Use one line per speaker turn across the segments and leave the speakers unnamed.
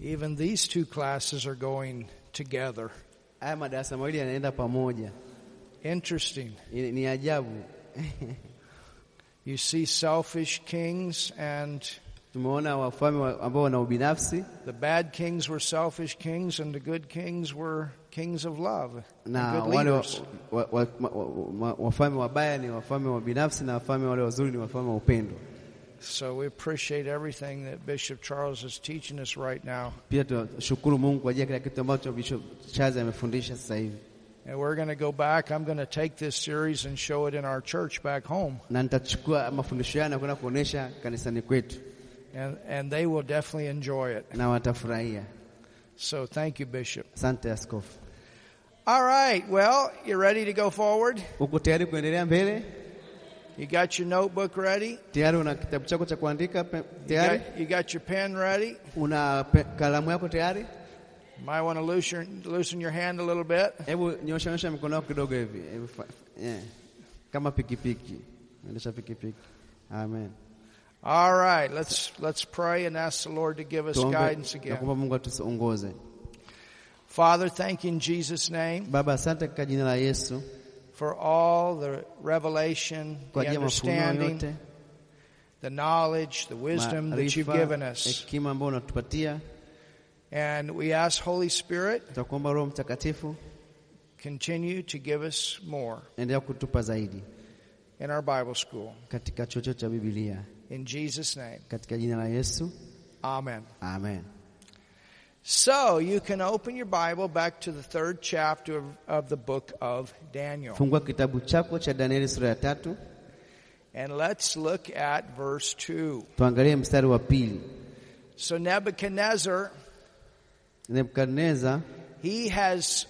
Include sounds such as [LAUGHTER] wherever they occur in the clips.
Even these two classes are going together.
Haya madarasa mawili yanaenda pamoja.
Interesting.
Ni ni ajabu. [LAUGHS]
You see selfish kings and
Tumeona wafalme wa- ambao wana ubinafsi
the bad kings were selfish kings and the good kings were kings of love. and
na
good
wale wa-
leaders.
wa- wa- ma- wa- wa- wafalme wabaya ni wafalme wa binafsi na wafalme wale wazuri ni wafalme wa upendo.
So we appreciate everything that Bishop Charles is teaching us right now.
Pia tunashukuru Mungu kwa ajili ya kila kitu ambacho Bishop Charles amefundisha sasa hivi,
And we're going to go back. I'm going to take this series and show it in our church back home.
na nitachukua mafundisho yao na kwenda kuonesha kanisani kwetu,
And, and they will definitely enjoy it.
na watafurahia.
So thank you, Bishop.
Asante askofu.
All right. Well, you ready to go forward?
Uko tayari kuendelea mbele?
You got your notebook ready?
Tayari una kitabu chako cha kuandika pe-
You
tayari?
got, you got your pen ready?
Una pe- kalamu yako tayari?
Might want to loosen, loosen your hand a little bit.
Hebu nyosha nyosha mikono yako kidogo hivi. Hebu fa- yeah. Kama pikipiki. Endesha pikipiki. Amen.
All right. Let's, let's pray and ask the Lord to give us
Tuombe
guidance
na
again.
kuomba Mungu atuongoze.
Father, thank you in Jesus' name.
Baba, asante katika jina la Yesu
for all the revelation, the
kwa ajili ya mafunuo
understanding,
yote,
the knowledge, the wisdom that you've given
maarifa,
us.
hekima ambayo unatupatia.
And we ask Holy Spirit
Tutakuomba Roho Mtakatifu
continue to give us more
endelea kutupa zaidi
in our Bible school.
katika chocho cha Biblia
In Jesus' name,
katika jina la Yesu.
Amen.
Amen.
So you can open your Bible back to the third chapter of, of the book of Daniel,
Fungua kitabu chako cha Danieli sura ya tatu,
and let's look at verse two.
tuangalie mstari wa pili.
So Nebuchadnezzar
Nebukadneza
he has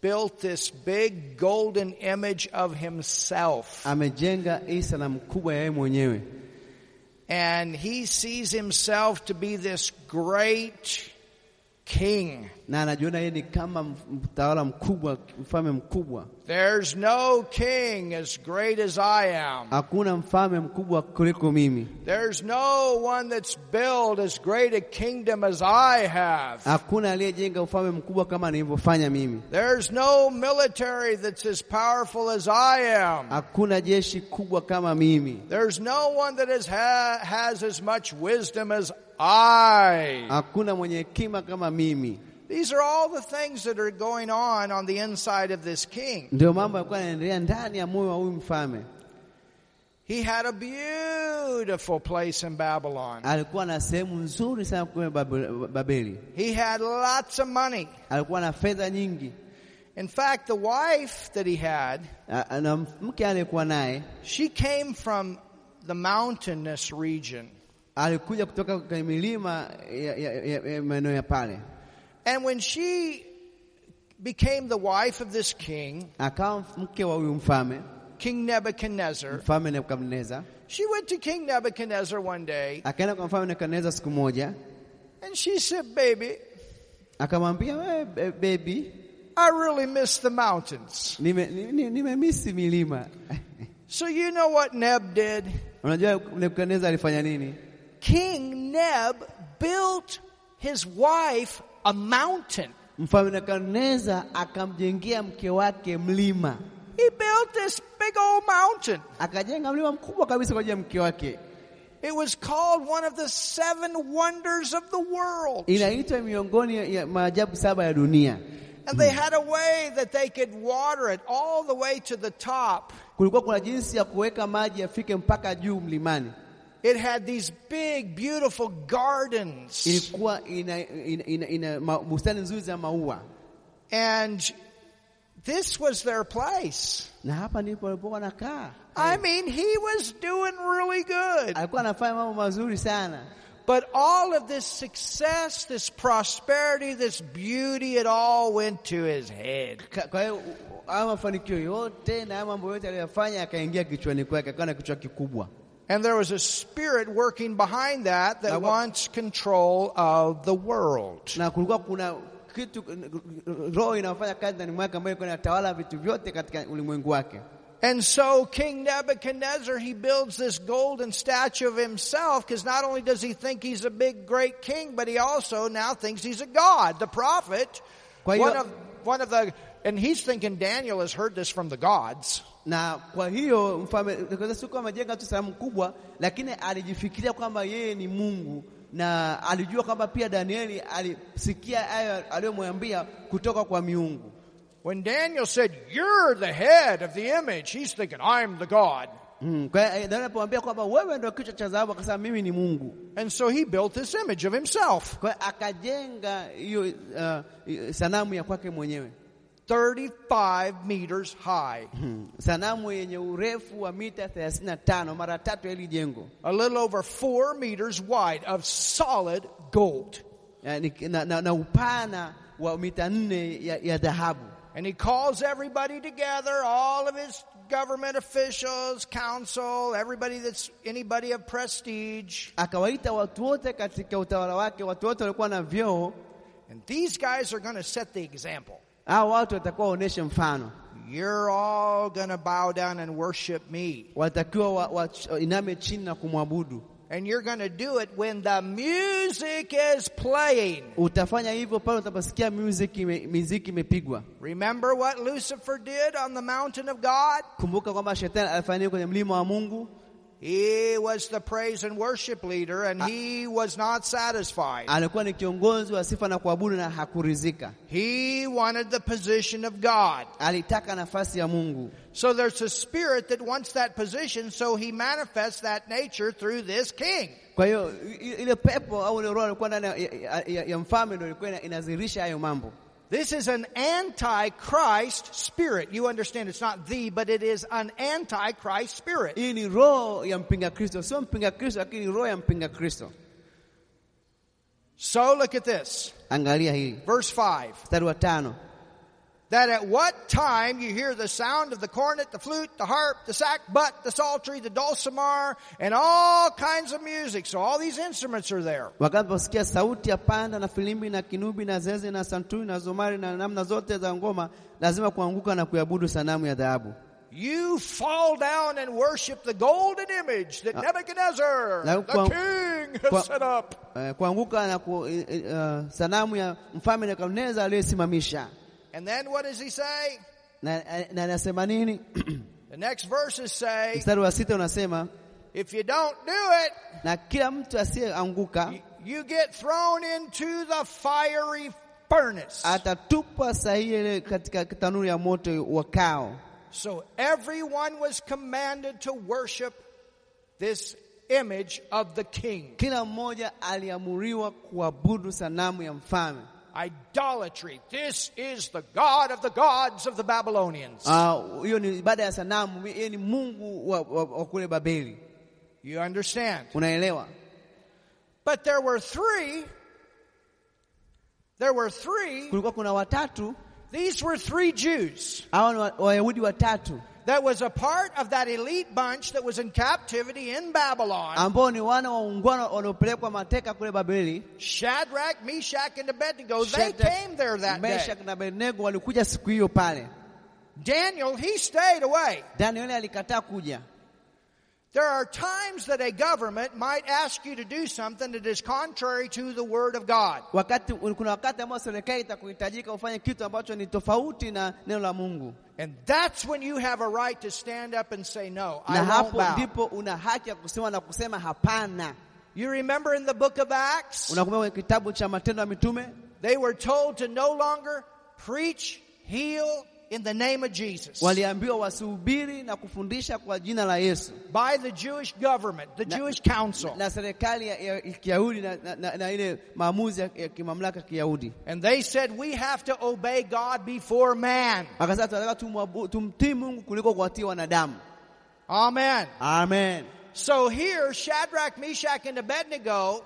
built this big golden image of himself.
amejenga hii sanamu kubwa ya yeye mwenyewe,
And he sees himself to be this great king.
na anajiona yeye ni kama mtawala mkubwa, mfalme mkubwa.
There's no king as great as I am.
Hakuna mfalme mkubwa kuliko mimi,
There's no one that's built as great a kingdom as I have.
hakuna aliyejenga ufalme mkubwa kama nilivyofanya mimi,
There's no military that's as powerful as I am.
hakuna jeshi kubwa kama mimi,
There's no one that is ha- has as much wisdom as I.
hakuna mwenye hekima kama mimi.
These are all the things that are going on on the inside of this king.
Ndio mambo yalikuwa yanaendelea ndani ya moyo wa huyu mfalme.
He had a beautiful place in Babylon.
Alikuwa na sehemu nzuri sana kule Babe- Babeli,
He had lots of money.
alikuwa na fedha nyingi
In fact, the wife that he had,
A- a- na mke aliyekuwa naye
she came from the mountainous region.
alikuja kutoka kwenye milima ya, ya, ya, ya maeneo ya pale,
And when she became the wife of this king,
akawa mke wa huyu mfalme
King Nebuchadnezzar,
mfalme Nebukadneza.
she went to King Nebuchadnezzar one day
Akaenda kwa mfalme Nebukadneza siku moja,
and she said, Baby,
akamwambia we be- baby,
I really miss the mountains.
nime- ni- ni- nimemisi milima. [LAUGHS]
So you know what Neb did?
Unajua Nebukadneza alifanya nini?
King Neb built his wife a mountain.
Mfalme Nebukadneza akamjengea mke wake mlima,
He built this big old mountain.
akajenga mlima mkubwa kabisa kwa ajili ya mke wake.
It was called one of the seven wonders of the world.
Inaitwa miongoni ya maajabu saba ya dunia.
And they had a way that they could water it all the way to the top.
Kulikuwa kuna jinsi ya kuweka maji yafike mpaka juu mlimani.
It had these big, beautiful gardens.
ilikuwa ina, ina, ina, ina ma- bustani nzuri za maua,
And this was their place.
na hapa ndipo alipokuwa wanakaa.
I mean, he was doing really good.
Alikuwa anafanya mambo mazuri sana,
But all of this success, this prosperity, this beauty, it all went to his head.
Ka- kwa hiyo u- u- haya mafanikio yote na haya mambo yote aliyoyafanya yakaingia kichwani kwake, akawa na kichwa kikubwa,
And there was a spirit working behind that that
Now what-
wants control of the world.
na kulikuwa kuna kitu roho inafanya kazi ndani mwake ambayo ilikuwa inatawala vitu vyote katika ulimwengu wake.
And so King Nebuchadnezzar, he builds this golden statue of himself because not only does he think he's a big, great king, but he also now thinks he's a god, the prophet.
Kwa hiyo-
one, of, one of the, and he's thinking Daniel has heard this from the gods.
na kwa hiyo mfalme Nebukadneza si kuwa amejenga tu sanamu kubwa, lakini alijifikiria kwamba yeye ni Mungu na alijua kwamba pia Danieli alisikia hayo aliyomwambia kutoka kwa miungu.
When Daniel said, You're the head of the image, he's thinking, I'm the god.
Mm. Kwa hiyo eh, Danieli alipomwambia kwamba wewe ndio kichwa cha dhahabu, akasema mimi ni Mungu.
And so he built this image of himself.
Kwa hiyo akajenga hiyo uh, sanamu ya kwake mwenyewe
35 meters high,
mm. sanamu yenye urefu wa mita 35 mara tatu ya hili jengo
a little over four meters wide of solid gold.
yani, na, na, na upana wa mita nne ya, ya dhahabu
And he calls everybody together, all of his government officials, council, everybody that's anybody of prestige.
akawaita watu wote katika utawala wake, watu wote walikuwa na vyeo.
And these guys are going to set the example.
Hao watu watakuwa waoneshe mfano,
You're all going to bow down and worship me.
watakiwa wa, wa, iname chini na kumwabudu.
And you're going to do it when the music is playing.
Utafanya hivyo pale utaposikia music ime, miziki imepigwa.
Remember what Lucifer did on the mountain of God?
Kumbuka kwamba shetani alifanya hiyo kwenye mlima wa Mungu,
He was the praise and worship leader, and he was not satisfied.
alikuwa ni kiongozi wa sifa na kuabudu na hakurizika,
He wanted the position of God.
alitaka nafasi ya Mungu.
So there's a spirit that wants that position, so he manifests that nature through this king.
Kwa hiyo i- i- ile pepo au ile roho alikuwa ndani ya, ya, ya, ya mfalme ndio ilikuwa ina- inadhihirisha hayo mambo.
This is an anti-Christ spirit. You understand it's not the, but it is an anti-Christ spirit.
Hii ni roho ya mpinga Kristo, sio mpinga Kristo, lakini roho ya mpinga Kristo.
So look at this.
Angalia hili
Verse 5.
mstari wa tano,
That at what time you hear the sound of the cornet, the flute, the harp, the sackbut, the psaltery, the dulcimer, and all kinds of music. So all these instruments are there.
wakati posikia sauti ya panda na filimbi na kinubi na zeze na santuri na zomari na namna zote za ngoma, lazima kuanguka na kuabudu sanamu ya dhahabu.
You fall down and worship the golden image that Nebuchadnezzar,
na
the
kwa-
king, has
kwa-
set up.
Eh, kuanguka na ku, eh, eh, eh, sanamu ya mfalme Nebukadneza aliyesimamisha.
And then what does he say?
Na eh, na anasema nini? [CLEARS THROAT]
The next verses say,
Mstari wa sita unasema
if you don't do it,
na kila mtu asiyeanguka
y- you get thrown into the fiery furnace.
atatupwa sahihi ile katika tanuru ya moto wakao.
So everyone was commanded to worship this image of the king.
Kila mmoja aliamuriwa kuabudu sanamu ya mfalme.
Idolatry. This is the god of the gods of the Babylonians.
Ah, Hiyo ni ibada ya sanamu, yeye ni mungu wa, wa, wa kule Babeli.
You understand?
Unaelewa?
But there were three. There were three.
Kulikuwa kuna watatu,
These were three Jews
hao ni wa- Wayahudi watatu
that was a part of that elite bunch that was in captivity in Babylon.
ambao ni wana wa ungwana waliopelekwa mateka kule Babeli.
Shadrach, Meshach, and Abednego, they
Shadrach,
came there that day.
Meshach na Abednego walikuja siku hiyo pale.
Daniel, he stayed away.
Danieli alikataa kuja.
There are times that a government might ask you to do something that is contrary to the Word of God.
Wakati kuna wakati ambao serikali itakuhitajika ufanye kitu ambacho ni tofauti na neno la Mungu,
And that's when you have a right to stand up and say, No, I
na
won't
hapo
bow.
ndipo una haki ya kusimama na kusema hapana.
You remember in the book of Acts,
Unakumbuka kwenye kitabu cha Matendo ya Mitume
they were told to no longer preach, heal in the name of Jesus
waliambiwa wasihubiri na kufundisha kwa jina la Yesu
by the Jewish government, the
Na-
Jewish council.
na serikali ya, ya Kiyahudi na, na, na, na ile maamuzi ya, ya kimamlaka Kiyahudi.
And they said, We have to obey God before man.
Wakasema tunataka tumwabu- tumtii Mungu kuliko kuwatii wanadamu.
Amen.
Amen.
So here, Shadrach, Meshach, and Abednego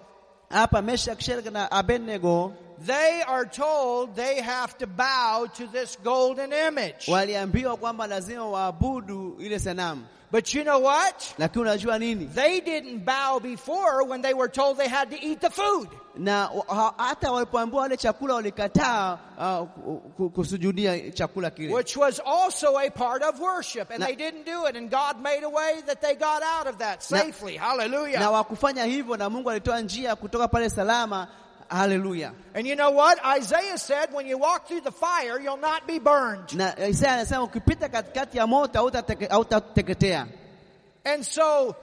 Hapa Meshach, Shadraka na Abednego
They are told they have to bow to this golden image.
waliambiwa kwamba lazima waabudu ile sanamu,
But you know what?
lakini unajua nini
They didn't bow before when they were told they had to eat the food.
na ha- hata walipoambiwa wale chakula walikataa ah, ku- ku- kusujudia chakula kile
Which was also a part of worship, and
Na-
they didn't do it, and God made a way that they got out of that
Na-
safely. Hallelujah.
na wakufanya hivyo na Mungu alitoa njia kutoka pale salama haleluya
and you know what? Isaiah said, when you walk through the fire, you'll not be burned.
na Isaya anasema ukipita katikati ya moto hautateke- hautateketea
And so,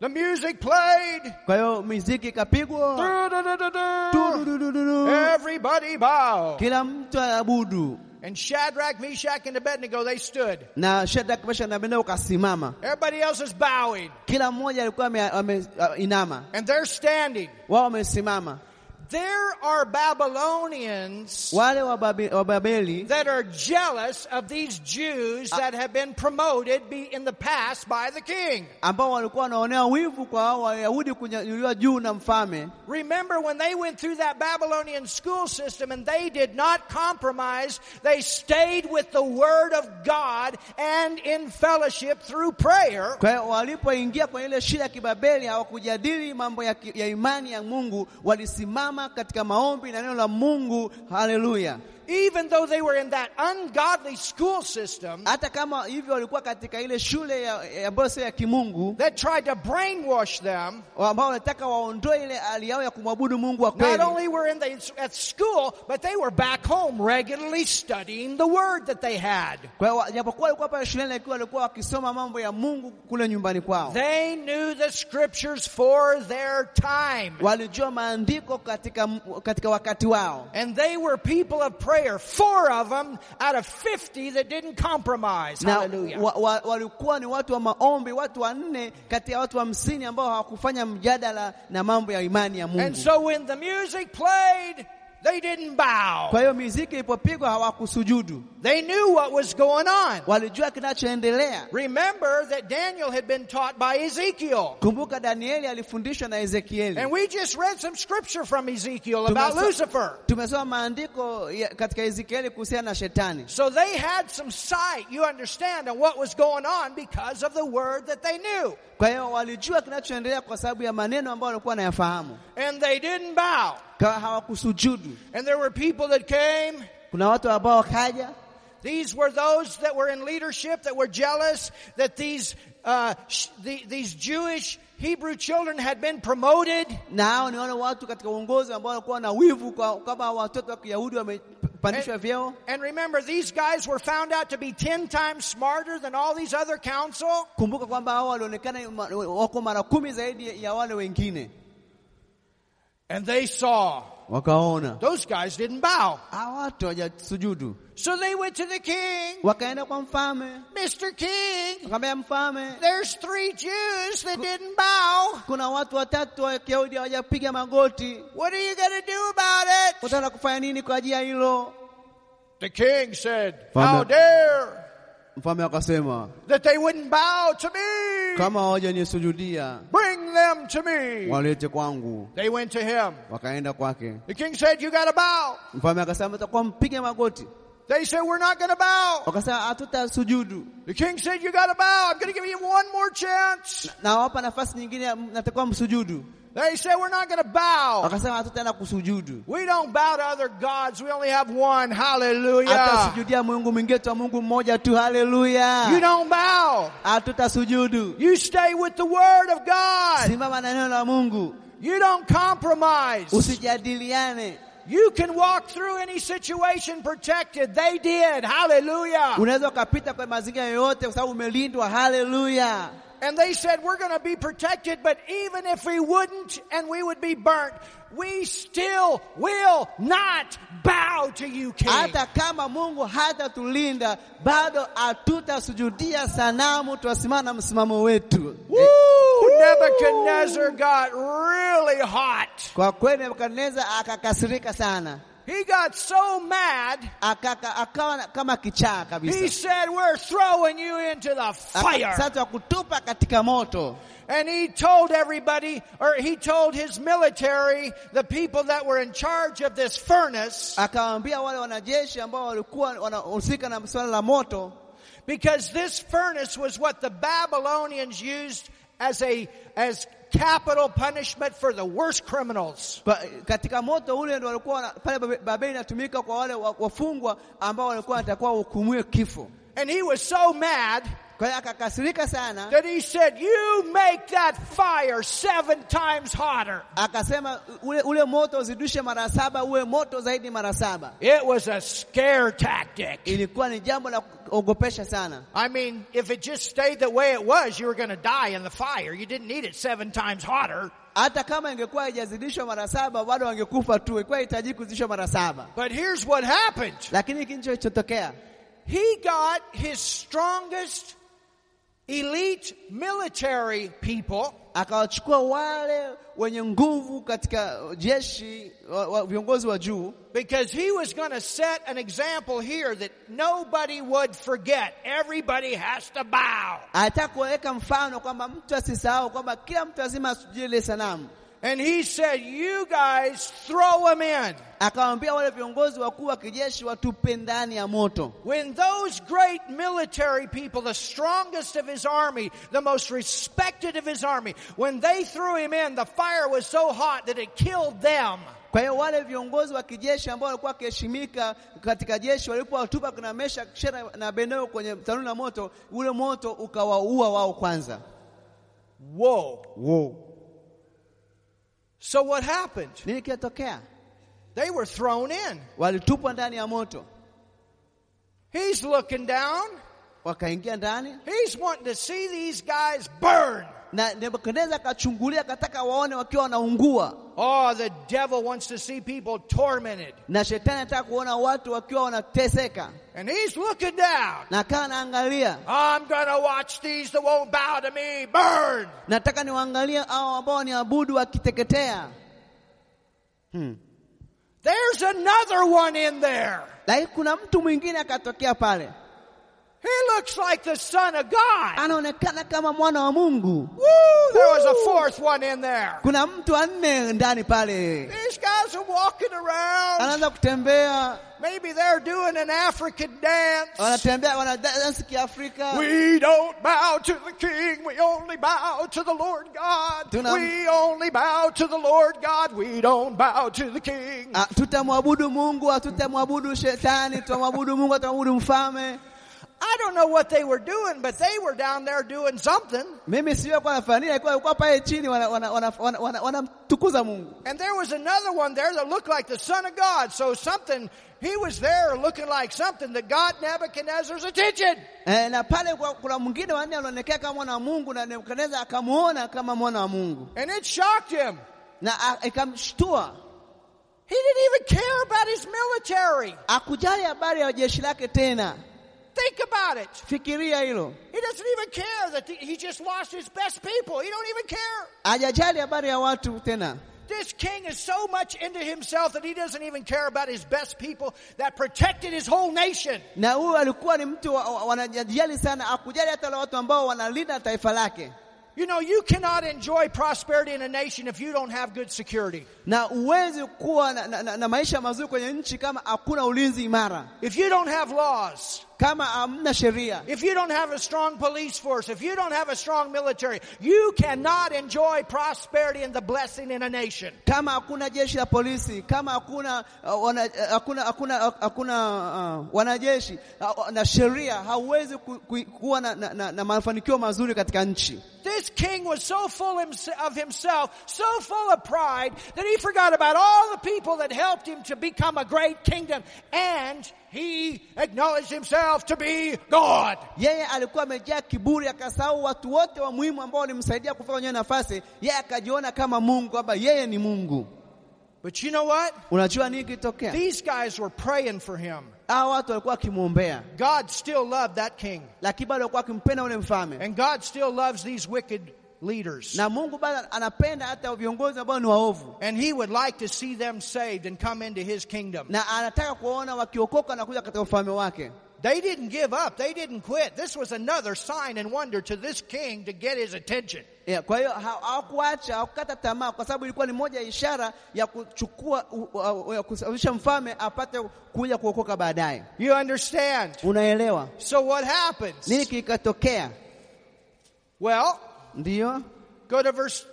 the music played.
kwa hiyo miziki ikapigwa
Du-du-du-du-du.
Tu-du-du-du-du.
Everybody bow.
kila mtu aabudu
And Shadrach, Meshach, and Abednego, they stood.
na Shadraka, Meshaki na Abednego ukasimama.
Everybody else is bowing,
Kila mmoja alikuwa ame, ame, uh, inama,
and they're standing.
wao wamesimama.
There are Babylonians
Wale wa Babi- wa Babeli
that are jealous of these Jews that have been promoted be in the past by the king.
ambao walikuwa wanaonea wivu kwa hao Wayahudi kunyanyuliwa juu na mfalme.
Remember when they went through that Babylonian school system and they did not compromise, they stayed with the word of God and in fellowship through prayer.
Kwa hiyo walipoingia kwenye ile shida ya kibabeli hawakujadili mambo ya, ki- ya imani ya Mungu, walisimama katika maombi na neno la Mungu. Haleluya!
Even though they were in that ungodly school system
Hata kama hivyo walikuwa katika ile shule ya- ya- ambayo sio ya kimungu,
that tried to brainwash them,
ambao wanataka waondoe ile hali yao ya kumwabudu Mungu wa
not
kweli.
only were in the, at school, but they were back home regularly studying the word that they had.
Kwa hiyo wa- japokuwa walikuwa pale shuleni, lakini walikuwa wakisoma mambo ya Mungu kule nyumbani kwao.
They knew the scriptures for their time.
Walijua maandiko katika katika wakati wao,
And they were people of prayer. Four of them out of 50 that didn't compromise.
na
Hallelujah.
wa, wa, walikuwa ni watu wa maombi, watu wanne kati ya watu hamsini ambao hawakufanya mjadala na mambo ya imani ya
and
Mungu.
so when the music played, they didn't bow.
Kwa hiyo miziki ilipopigwa hawakusujudu,
They knew what was going on.
walijua kinachoendelea.
Remember that Daniel had been taught by Ezekiel.
Kumbuka Danieli alifundishwa na Ezekieli.
And we just read some scripture from Ezekiel about
Tumesa-
Lucifer.
Tumesoma maandiko ya- katika Ezekieli kuhusiana na shetani.
So they had some sight, you understand, on what was going on because of the word that they knew.
Kwa hiyo walijua kinachoendelea kwa sababu ya maneno ambayo walikuwa wanayafahamu.
And they didn't bow.
Kwa hawakusujudu.
And there were people that came
Kuna watu ambao wakaja,
These were those that were in leadership that were jealous that these uh, sh- the, these Jewish Hebrew children had been promoted,
na hao ni wale watu katika uongozi ambao walikuwa na wivu kwa- kama watoto wa Kiyahudi wamepandishwa
Eh.
vyeo.
and remember, these guys were found out to be ten times smarter than all these other council.
Kumbuka kwamba hao walionekana ma- wako mara kumi zaidi ya wale wengine.
And they saw
Wakaona
those guys didn't bow,
hawa watu hawajasujudu,
so they went to the king,
wakaenda kwa mfalme,
Mister King.
wakamwambia mfalme,
There's three Jews that didn't bow.
kuna watu watatu wa Kiyahudi hawajapiga magoti,
What are you going to do about it?
utaenda kufanya nini kwa ajili ya hilo?
The king said,
Father-
"How dare
Mfalme akasema
that they wouldn't bow to me."
kama hawajanisujudia
Bring them to me.
walete kwangu.
They went to him.
Wakaenda kwake,
The king said, You gotta bow.
mfalme akasema mtakuwa mpiga magoti,
They said, We're not gonna bow.
wakasema hatutasujudu
The king said, You gotta bow. I'm gonna give you one more chance.
na wapa nafasi nyingine, natakuwa msujudu.
They said, We're not gonna bow.
Wakasema hatutaenda kusujudu,
We don't bow to other gods. We only have one. Hallelujah.
hatutasujudia Mungu mwingine, twa Mungu mmoja tu.
You
Haleluya,
don't bow.
hatutasujudu.
You stay with the word of God.
Simama na neno la Mungu,
You don't compromise.
usijadiliane.
You can walk through any situation protected. They did. Hallelujah.
Unaweza ukapita kwa mazingira yoyote kwa sababu umelindwa. Haleluya.
And they said, We're going to be protected, but even if we wouldn't and we would be burnt, we still will not bow to you, King.
Hata kama Mungu hatatulinda bado hatutasujudia sanamu, twasimama na msimamo wetu.
Woo! Nebuchadnezzar got really hot.
Kwa kweli Nebukadneza akakasirika sana,
He got so mad,
akaka, akawa kama kichaa kabisa.
he said, We're throwing you into the fire.
Sasa wa kutupa katika moto,
And he told everybody, or he told his military, the people that were in charge of this furnace,
akawaambia wale wanajeshi ambao walikuwa wanahusika na swala la moto,
Because this furnace was what the Babylonians used as a, as capital punishment for the worst criminals.
Ba- katika moto ule ndio walikuwa wana- pale Babe- Babeli inatumika kwa wale wa- wafungwa ambao walikuwa wanatakiwa wahukumiwe kifo.
And he was so mad
Kwa hiyo akakasirika sana,
that he said, you make that fire seven times hotter.
akasema ule, ule moto uzidushe mara saba, uwe moto zaidi mara saba.
It was a scare tactic.
Ilikuwa ni jambo la kuogopesha sana.
I mean, if it just stayed the way it was, you were going to die in the fire. You didn't need it seven times hotter.
Hata kama ingekuwa haijazidishwa mara saba, bado wangekufa tu. Ilikuwa haitajiki kuzidishwa mara saba,
But here's what happened.
lakini hiki ndicho kilichotokea.
He got his strongest elite military people
Akawachukua wale wenye nguvu katika jeshi, wa, wa, viongozi wa juu
because he was going to set an example here that nobody would forget. Everybody has to bow.
anataka kuweka mfano kwamba mtu asisahau kwamba kila mtu lazima asujudie ile sanamu.
And he said, You guys throw them in.
Akawaambia wale viongozi wakuu wa kijeshi watupe ndani ya moto.
When those great military people, the strongest of his army, the most respected of his army, when they threw him in, the fire was so hot that it killed them.
Kwa hiyo wale viongozi wa kijeshi ambao walikuwa wakiheshimika katika jeshi walipowatupa kuna Mesha, Shera na Abednego kwenye tanuru la moto, ule moto ukawaua wao kwanza.
Whoa.
Wow.
So what happened?
Nini kilitokea?
They were thrown in.
Walitupwa ndani ya moto,
He's looking down.
wakaingia ndani
He's wanting to see these guys burn.
na Nebukadneza akachungulia, akataka waone wakiwa wanaungua,
Oh, the devil wants to see people tormented.
na shetani anataka kuona watu wakiwa wanateseka,
And he's looking down.
na kaa naangalia
I'm gonna watch these that won't bow to me burn.
nataka niwaangalie hao ambao waniabudu wakiteketea.
There's another one in there.
Lakini kuna mtu mwingine akatokea pale,
He looks like the son of God.
anaonekana kama mwana wa Mungu.
Woo! There was a fourth one in there.
Kuna mtu wanne ndani pale,
These guys are walking around.
anaanza kutembea,
Maybe they're doing an African dance.
wanatembea, wanadansi Kiafrika.
We don't bow to the king, we only bow to the Lord God.
Tuna-
We only bow to the Lord God, we don't bow to the king.
Ah, Tutamwabudu Mungu, hatutamwabudu shetani, tutamwabudu Mungu, tutamwabudu mfalme.
I don't know what they were doing, but they were down there doing something.
Mimi sio kwa nafanya nini, alikuwa alikuwa pale chini wanamtukuza wana, wana, wana, wana, wanamtukuza Mungu.
And there was another one there that looked like the son of God. So something, he was there looking like something that got Nebuchadnezzar's attention.
Eh, na pale kwa- kuna mwingine wanne alionekana kama mwana wa Mungu na Nebukadneza akamuona kama mwana wa Mungu
And it shocked him.
na a- ikamshtua.
He didn't even care about his military.
Akujali habari ya jeshi lake tena,
Think about it.
fikiria hilo.
He doesn't even care that the- he just lost his best people. He don't even care.
Hajajali habari ya watu tena.
This king is so much into himself that he doesn't even care about his best people that protected his whole nation.
Na huyu alikuwa ni mtu wa- wa- wanajali sana, akujali hata wale watu ambao wanalinda taifa lake.
You know, you cannot enjoy prosperity in a nation if you don't have good security.
Na huwezi kuwa na, na, na, na maisha mazuri kwenye nchi kama hakuna ulinzi imara,
If you don't have laws,
kama hamna sheria,
if you don't have a strong police force, if you don't have a strong military, you cannot enjoy prosperity and the blessing in a nation.
kama hakuna jeshi la polisi, kama hakuna uh, wana, uh, hakuna hakuna uh, hakuna uh, wanajeshi uh, uh, na sheria, hauwezi ku, ku, kuwa na, na, na, na mafanikio mazuri katika nchi.
This king was so full himse- of himself, so full of pride, that he forgot about all the people that helped him to become a great kingdom, and he acknowledged himself to be God.
Yeye alikuwa amejaa kiburi, akasahau watu wote wa muhimu ambao walimsaidia kufika kwenye nafasi. Yeye akajiona kama Mungu, kwamba yeye ni Mungu.
But you know what?
Unajua nini kilitokea?
These guys were praying for him.
Hawa watu walikuwa wakimwombea,
God still loved that king,
lakini bado walikuwa wakimpenda ule mfalme,
and God still loves these wicked leaders.
na Mungu bado anapenda hata viongozi ambao ni waovu,
And he would like to see them saved and come into his kingdom.
na anataka kuwaona wakiokoka na kuja katika ufalme wake.
They didn't give up. They didn't quit. This was another sign and wonder to this king to get his attention.
Yeah, kwa hiyo ha- hawakuacha, hawakukata tamaa, kwa sababu ilikuwa ni moja ya ishara ya kuchukua u- u- u- ya kusababisha mfalme apate kuja kuokoka baadaye.
You understand?
Unaelewa
So what
nini
happens?
kikatokea?
Well,
Ndiyo,
go to verse,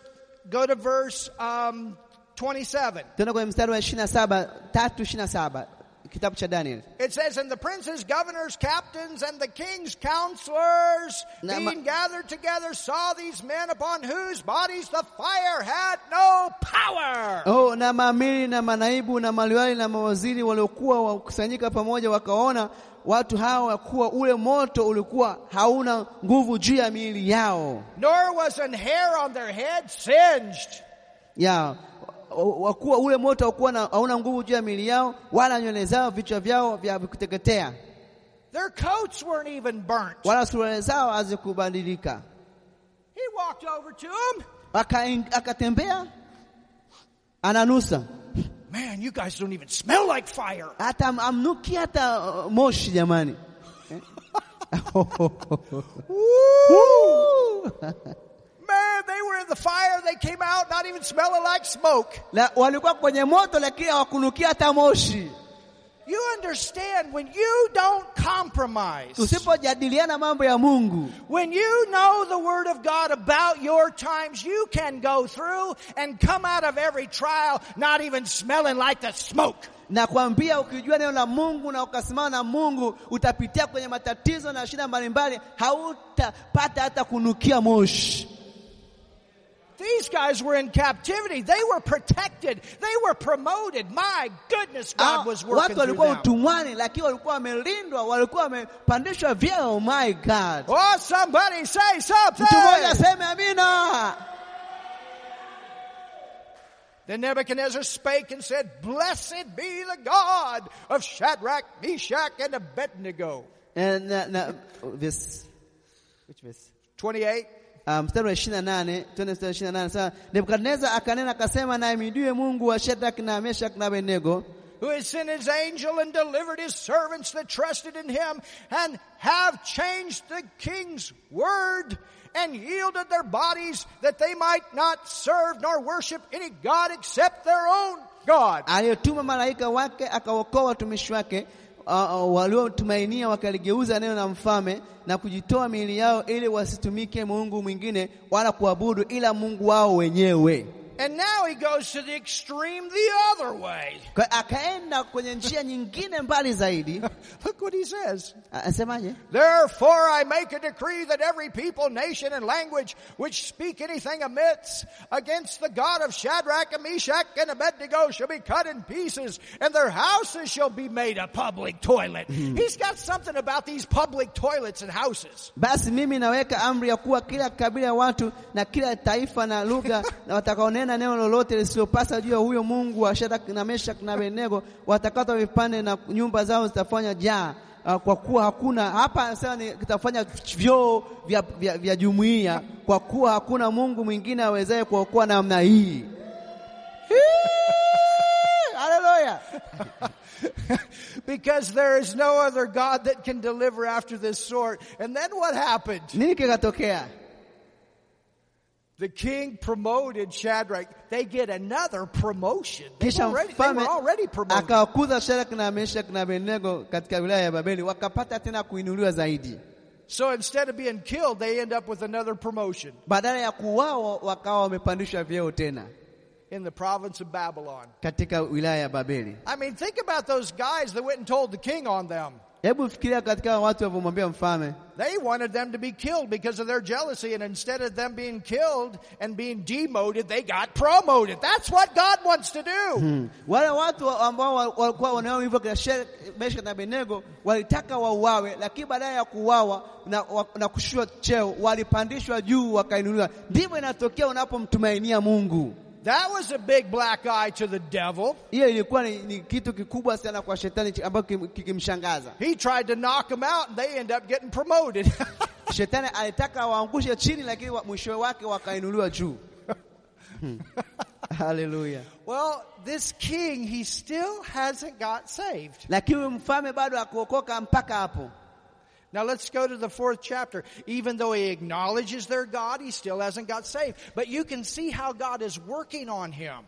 go to verse, um, 27.
tena kwenye mstari wa 27 3 27 kitabu cha Daniel.
It says, and the princes, governors, captains, and the king's counselors
Now, my-
being gathered together saw these men upon whose bodies the fire had no power.
Oh, na maamiri na manaibu na maliwali na mawaziri waliokuwa wakusanyika pamoja wakaona watu hawa ya kuwa ule moto ulikuwa hauna nguvu juu ya miili yao
Nor was an hair on their head singed.
yao wakuwa ule moto haukuwa na- hauna nguvu juu ya miili yao wala nywele zao vichwa vyao vya kuteketea
Their coats weren't even burnt.
wala suruali zao hazikubadilika.
He walked over to them.
Akaing- Akatembea ananusa
Man, you guys don't even smell like fire.
hata amnuki hata uh, moshi jamani. [LAUGHS]
Woo! Man, they were in the fire. They came out not even smelling like smoke.
La, walikuwa kwenye moto lakini hawakunukia hata moshi.
You understand when you don't compromise,
Usipojadiliana mambo ya Mungu,
when you know the Word of God about your times, you can go through and come out of every trial not even smelling like the smoke.
nakwambia, ukijua neno la Mungu na ukasimama na Mungu, utapitia kwenye matatizo na shida mbalimbali, hautapata hata kunukia moshi.
These guys were in captivity. They were protected. They were promoted. My goodness, God was
Ah,
working
Watu
through
walikuwa
them.
utumwani, lakini walikuwa wamelindwa, walikuwa wamepandishwa vyeo. Oh my God!
Oh, somebody say
Mtu mmoja
something!
aseme amina.
Then Nebuchadnezzar spake and said, Blessed be the God of Shadrach, Meshach, and Abednego.
Eh, na, na, verse. Which verse?
28.
Ah, mstari wa 28 twende mstari wa 28 sasa Nebukadneza akanena akasema naye mjue Mungu wa Shadrach na Meshach na Abednego
Who has sent his angel and delivered his servants that trusted in him and have changed the king's word and yielded their bodies that they might not serve nor worship any God except their own God.
aliyotuma malaika wake akaokoa watumishi wake ah, ah, waliotumainia wakaligeuza neno la mfalme na kujitoa miili yao ili wasitumike Mungu mwingine wala kuabudu ila Mungu wao wenyewe
And now he goes to the extreme the other way. [LAUGHS]
Kwa- akaenda kwenye njia nyingine mbali zaidi
Look what he says.
Ah, asemaje
Therefore I make a decree that every people, nation, and language which speak anything amidst against the God of Shadrach and Meshach and Abednego shall be cut in pieces and their houses shall be made a public toilet. He's got something about these public toilets and houses.
Basi mimi naweka amri ya kuwa kila kabila ya watu na kila taifa na lugha na watakaonena neno lolote lisilopasa juu ya huyo Mungu wa Shadrach na Meshach na Abednego watakatwa vipande na nyumba zao zitafanya jaa, ah, kwa kuwa hakuna hapa anasema ni kitafanya vyoo vya, vya, vya jumuiya, kwa kuwa hakuna Mungu mwingine awezaye kuokoa namna hii. Hii! Haleluya!
Because there is no other God that can deliver after this sort. And then what happened?
Nini kikatokea?
The king promoted Shadrach. They get another promotion. They were
Kisha
already, they
mfalme
were already promoted.
akawakuza Shadraka na Meshaki na Abednego katika wilaya ya Babeli, wakapata tena kuinuliwa zaidi.
So instead of being killed, they end up with another promotion
Badala ya kuuawa wakawa wamepandishwa vyeo tena
in the province of Babylon.
katika wilaya ya Babeli.
I mean, think about those guys that went and told the king on them.
Hebu fikiria katika watu walivyomwambia mfalme,
They wanted them to be killed because of their jealousy, and instead of them being killed and being demoted, they got promoted. That's what God wants to do.
wale watu ambao wa- walikuwa wanaona hivyo kina Shadraka, Meshaki na Abednego walitaka wauawe, lakini badala ya kuuawa na, wa- na kushushwa cheo walipandishwa juu wakainuliwa. Ndivyo inatokea unapomtumainia Mungu.
That was a big black eye to the devil.
Hiyo ilikuwa ni, ni kitu kikubwa sana kwa shetani chi- ambacho kim- kikimshangaza.
He tried to knock them out, and they end up getting promoted. [LAUGHS]
Shetani alitaka waangushe chini, lakini wa- mwisho wake wakainuliwa juu. Haleluya.
Well, this king, he still hasn't got saved.
Lakini huyu mfalme bado hakuokoka mpaka hapo.
Now let's go to the fourth chapter. Even though he acknowledges their God, he still hasn't got saved. But you can see how God is working on him.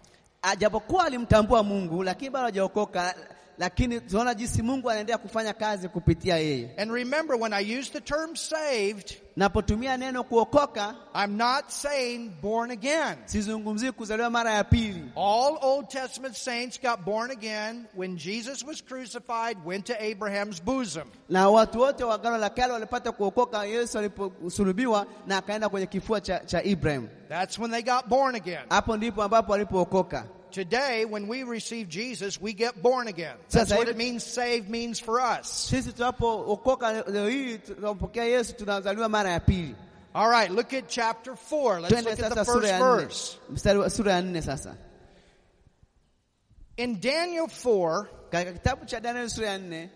Ah, Japokuwa alimtambua Mungu, lakini bado hajaokoka. Lakini tunaona jinsi Mungu anaendelea kufanya kazi kupitia yeye.
And remember, when I use the term saved,
Napotumia neno kuokoka,
I'm not saying born again.
sizungumzii kuzaliwa mara ya pili.
All Old Testament saints got born again when Jesus was crucified, went to Abraham's bosom.
Na watu wote wa Agano la Kale walipata kuokoka Yesu aliposulubiwa na akaenda kwenye kifua cha, cha Ibrahim.
That's when they got born again.
Hapo ndipo ambapo walipookoka.
Today, when we receive Jesus, we get born again. That's what it means, saved means for us.
Sisi tunapookoka leo hii tunampokea Yesu tunazaliwa mara ya pili.
All right, look at chapter 4. Let's
Twende
look at
sasa
the
sura
first
ya nne.
verse.
Mstari wa sura ya nne sasa.
In Daniel 4,
Katika kitabu cha Daniel sura ya nne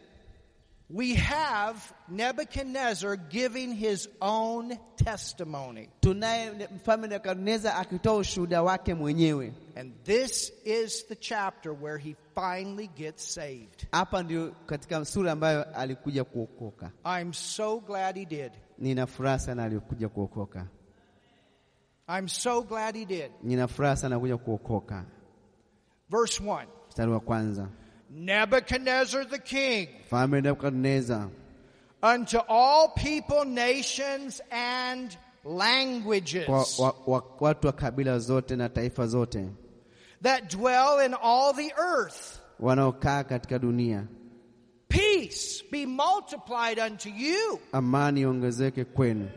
we have Nebuchadnezzar giving his own testimony.
tunaye ne- mfalme Nebukadneza akitoa ushuhuda wake mwenyewe.
And this is the chapter where he finally gets saved.
Hapa ndio katika sura ambayo alikuja kuokoka.
I'm so glad he did.
Nina furaha sana alikuja kuokoka.
I'm so glad he did.
Nina furaha sana kuja kuokoka.
Verse 1
Mstari wa kwanza.
Nebuchadnezzar the king,
Mfalme Nebukadneza
unto all people, nations, and languages
kwa wa, wa, watu wa kabila zote na taifa zote
that dwell in all the earth.
wanaokaa katika dunia,
Peace be multiplied unto you.
amani iongezeke kwenu.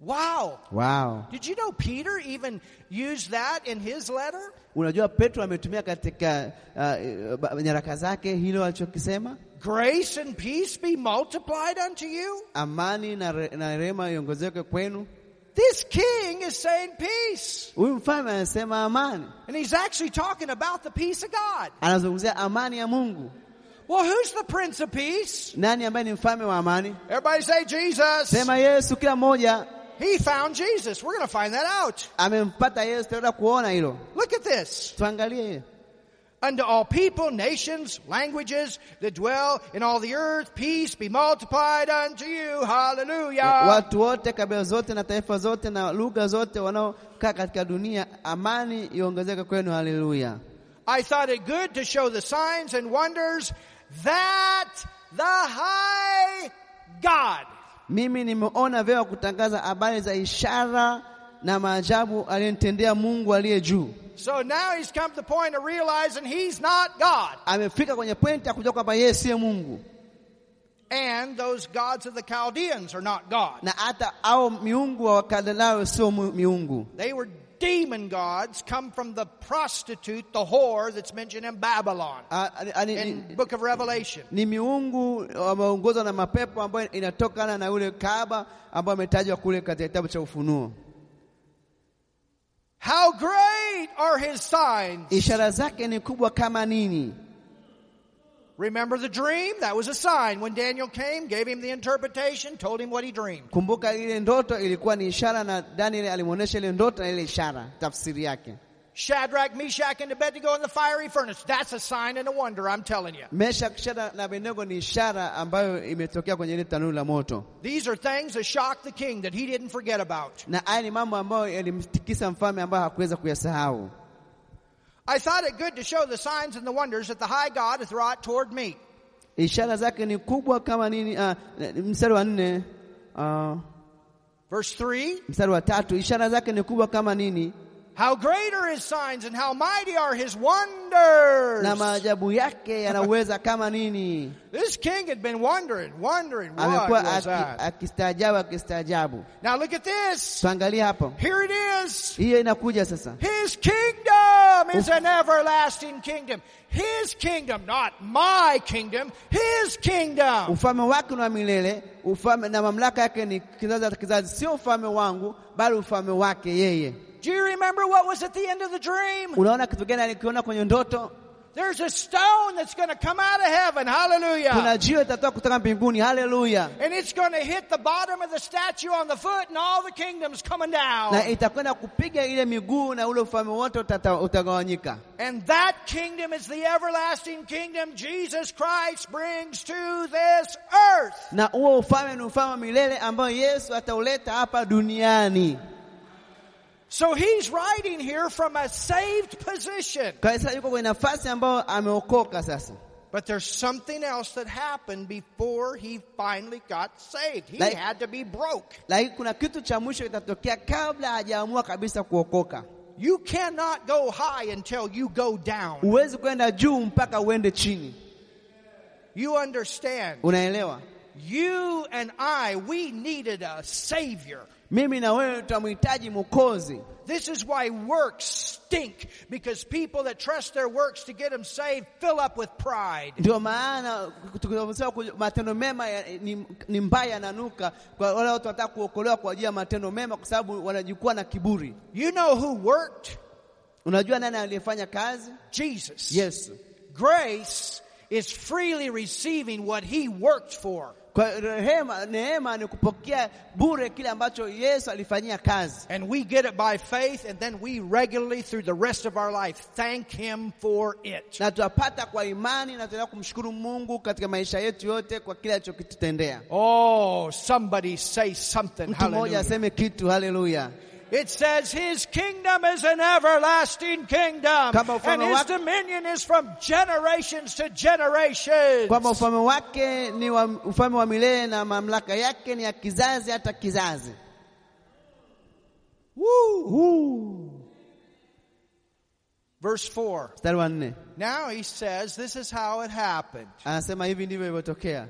Wow.
Wow.
Did you know Peter even used that in his letter?
Unajua Petro ametumia katika uh, ba- nyaraka zake hilo alichokisema,
Grace and peace be multiplied unto you.
amani na, re, na rema iongezeke kwenu.
This king is saying peace.
Huyu mfalme anasema amani,
And he's actually talking about the peace of God.
anazungumzia amani ya Mungu.
Well, who's the Prince of Peace?
Nani ambaye ni mfalme wa amani?
Everybody say Jesus.
Sema Yesu. Kila mmoja
He found Jesus. We're going to find that out.
amempata Yesu, tutaenda kuona hilo.
Look at this.
Tuangalie
Unto all people, nations, languages that dwell in all the earth, peace be multiplied unto you. Hallelujah.
watu wote, kabila zote na taifa zote na lugha zote wanaokaa katika dunia, amani iongezeke kwenu. Haleluya!
I thought it good to show the signs and wonders that the high God.
Mimi nimeona vyema kutangaza habari za ishara na maajabu aliyonitendea Mungu aliye juu.
So now he's come to the point of realizing he's not God.
Amefika kwenye pointi ya kujua kwamba yeye siye Mungu,
And those gods of the Chaldeans are not God.
na hata au miungu wa Wakaldayo sio mu- miungu.
They were demon gods come from the prostitute, the whore that's mentioned in Babylon
A- a- a- ni-
in
ni-
book of Revelation.
ni miungu wameongozwa na mapepo ambayo inatokana na yule kahaba ambayo ametajwa kule katika kitabu cha Ufunuo.
How great are his signs.
Ishara zake ni kubwa kama nini?
Remember the dream? That was a sign. When Daniel came, gave him the interpretation, told him what he dreamed.
Kumbuka ile ndoto ilikuwa ni ishara, na Daniel alimwonyesha ile ndoto na ile ishara, tafsiri yake.
Shadrach, Meshach, and Abednego in the fiery furnace. That's a sign and a wonder, I'm telling you.
Meshaki, Shadraka na Abednego ni ishara ambayo imetokea kwenye ile tanuru la moto,
These are things that shocked the king that he didn't forget about.
na haya ni mambo ambayo yalimtikisa mfalme ambayo hakuweza kuyasahau.
I thought it good to show the signs and the wonders that the high God hath wrought toward me.
Ishara zake ni kubwa kama nini? Uh, mstari wa nne, uh,
Verse 3
mstari wa tatu, ishara zake ni kubwa kama nini?
How great are his signs and how mighty are his wonders.
Na maajabu yake yanaweza kama nini?
This king had been wondering, wondering, what
Amekuwa
was
aki-
that?
akistaajabu akistaajabu.
Now look at this.
Tuangalie hapo,
Here it is.
hiyo inakuja sasa.
His kingdom is an everlasting kingdom. His kingdom, not my kingdom, his kingdom.
Ufalme wake ni wa milele, ufalme na mamlaka yake ni kizazi hata kizazi, sio ufalme wangu, bali ufalme wake yeye.
Do you remember what was at the end of the dream?
Oh. Unaona kitu gani alikiona kwenye ndoto?
There's a stone that's going to come out of heaven. Hallelujah.
kuna jiwe litatoka kutoka mbinguni haleluya
And it's going to hit the bottom of the statue on the foot and all the kingdoms coming
na
down.
itakwenda kupiga ile miguu na ule ufalme wote utata- utagawanyika
And that kingdom is the everlasting kingdom Jesus Christ brings to this earth.
na huo ufalme ni ufalme wa milele ambao Yesu atauleta hapa duniani.
So he's writing here from a saved position.
Kwa hiyo sasa yuko kwenye nafasi ambayo ameokoka sasa,
But there's something else that happened before he finally got saved. He
Like-
had to be broke.
lakini kuna kitu cha mwisho kitatokea kabla hajaamua kabisa kuokoka.
You cannot go high until you go down.
Huwezi kwenda juu mpaka uende chini,
You understand?
unaelewa?
You and I, we needed a Savior.
Mimi na wewe tutamhitaji Mwokozi.
This is why works stink, because people that trust their works to get them saved fill up with pride.
Ndio maana tukisema ku- matendo mema ya- ni, ni mbaya yananuka kwa wale watu wanataka kuokolewa kwa ajili ya matendo mema, kwa sababu wanajikuwa na kiburi.
You know who worked?
Unajua nani aliyefanya kazi?
Jesus.
Yesu.
Grace is freely receiving what he worked for.
Kwa rehema, neema ni kupokea bure kile ambacho Yesu alifanyia kazi,
And we get it by faith, and then we regularly, through the rest of our life, thank him for it.
na twapata kwa imani na tunaendelea kumshukuru Mungu katika maisha yetu yote kwa kile alichokitutendea.
Oh, somebody say something.
Mtu mmoja
Hallelujah.
aseme kitu, haleluya.
It says his kingdom is an everlasting kingdom,
Kama ufalme
and his
wake-
dominion is from generations to generations.
Kwamba ufalme wake ni wa, ufalme wa milele na mamlaka yake ni ya kizazi hata kizazi.
Woo. Verse 4.
Mstari wa nne
Now he says this is how it happened.
anasema hivi ndivyo ilivyotokea.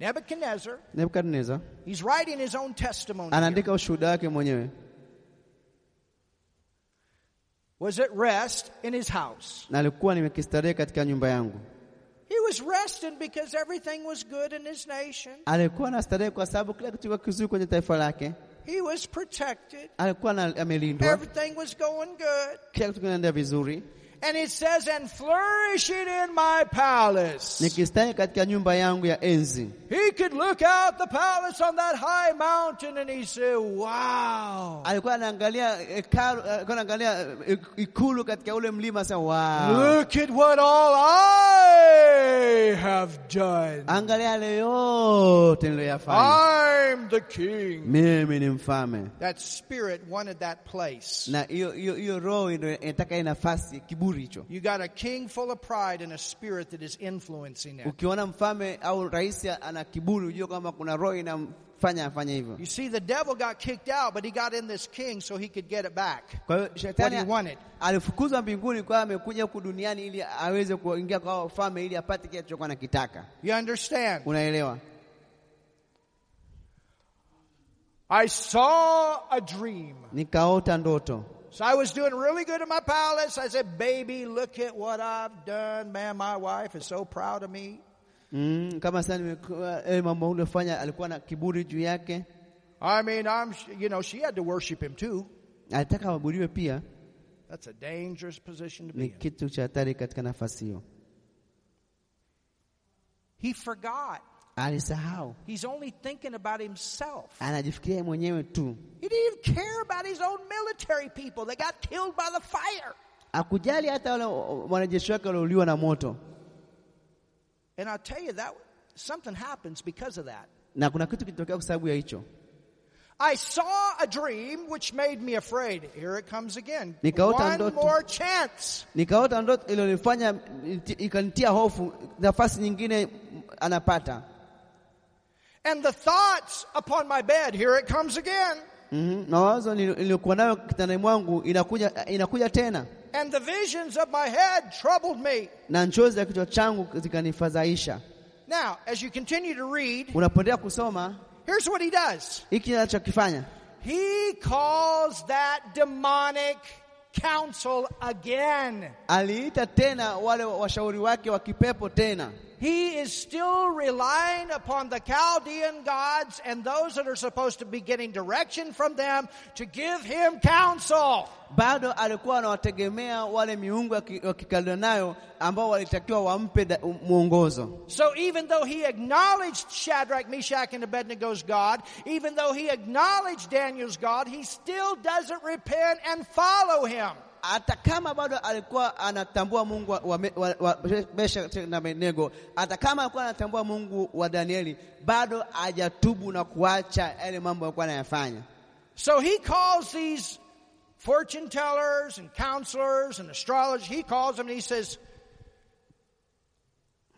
Nebuchadnezzar,
Nebukadneza
he's writing his own testimony.
anaandika ushuhuda wake mwenyewe,
was at rest in his house.
na alikuwa nimekistarehe katika nyumba yangu.
He was resting because everything was good in his nation.
Alikuwa na starehe kwa sababu kila kitu kilikuwa kizuri kwenye taifa lake.
He was protected.
alikuwa na- amelindwa,
Everything was going good.
kila kitu kinaenda vizuri.
And it says, and flourishing in my palace.
Nikistahi katika nyumba yangu ya enzi,
He could look out the palace on that high mountain and he said, wow.
alikuwa anaangalia hekalu, alikuwa anaangalia eh, ikulu katika ule mlima. Sasa wow,
Look at what all I have done.
angalia yale yote
Ah!
niliyoyafanya.
I'm the king.
Mimi ni mfalme.
That spirit wanted that place.
Na hiyo hiyo hiyo roho ndio inataka ile nafasi, kiburi hicho.
You got a king full of pride and a spirit that is influencing it.
Ukiona mfalme au rais ana kiburi, ujue kwamba kuna roho inamfanya afanye hivyo.
You see, the devil got kicked out, but he got in this king so he could get it back.
Kwa hiyo
What he
shetani
wanted.
alifukuzwa mbinguni, kwa amekuja huku duniani ili aweze kuingia kwa hao wafalme ili apate kile alichokuwa anakitaka.
You understand?
Unaelewa?
I saw a dream.
Nikaota ndoto,
So I was doing really good in my palace. I said, Baby, look at what I've done. Man, my wife is so proud of me.
mm, kama sasa nimekuwa eh, mambo uliofanya, alikuwa na kiburi juu yake,
I mean, I'm, you know, she had to worship him too.
alitaka waabudiwe pia.
That's a dangerous position to be
Ni
in.
kitu cha hatari katika nafasi hiyo.
He forgot.
Alisahau,
He's only thinking about himself.
anajifikiria yeye mwenyewe tu,
He didn't even care about his own military people that got killed by the fire.
akujali hata wale wanajeshi wake waliouliwa na moto.
And I'll tell you that something happens because of that.
Na kuna kitu kilitokea kwa sababu ya hicho.
I saw a dream which made me afraid. Here it comes again.
Nikaota
One
ndoto.
more chance.
Nikaota ndoto iliyonifanya ikanitia hofu, nafasi nyingine mm, anapata
And the thoughts upon my bed. Here it comes again.
mm mawazo nil- niliyokuwa nayo kitandani mwangu inakuja, inakuja tena
And the visions of my head troubled me.
na nchozi za kichwa changu zikanifadhaisha.
Now, as you continue to read,
Unapoendelea kusoma
here's what he does.
hiki anachokifanya,
He calls that demonic counsel again.
aliita tena wale washauri wake wa kipepo tena,
He is still relying upon the Chaldean gods and those that are supposed to be getting direction from them to give him counsel.
bado alikuwa anawategemea wale miungu ya ki- ya Kikaldayo ambao walitakiwa wampe da- mwongozo.
So even though he acknowledged Shadrach, Meshach, and Abednego's God, even though he acknowledged Daniel's God, he still doesn't repent and follow him.
Hata kama bado alikuwa anatambua Mungu wa, wa, wa, wa Meshaki na Abednego, hata kama alikuwa anatambua Mungu wa Danieli, bado hajatubu na kuacha yale mambo alikuwa anayafanya.
So he calls these fortune tellers and counselors and astrologers, he calls them and he says,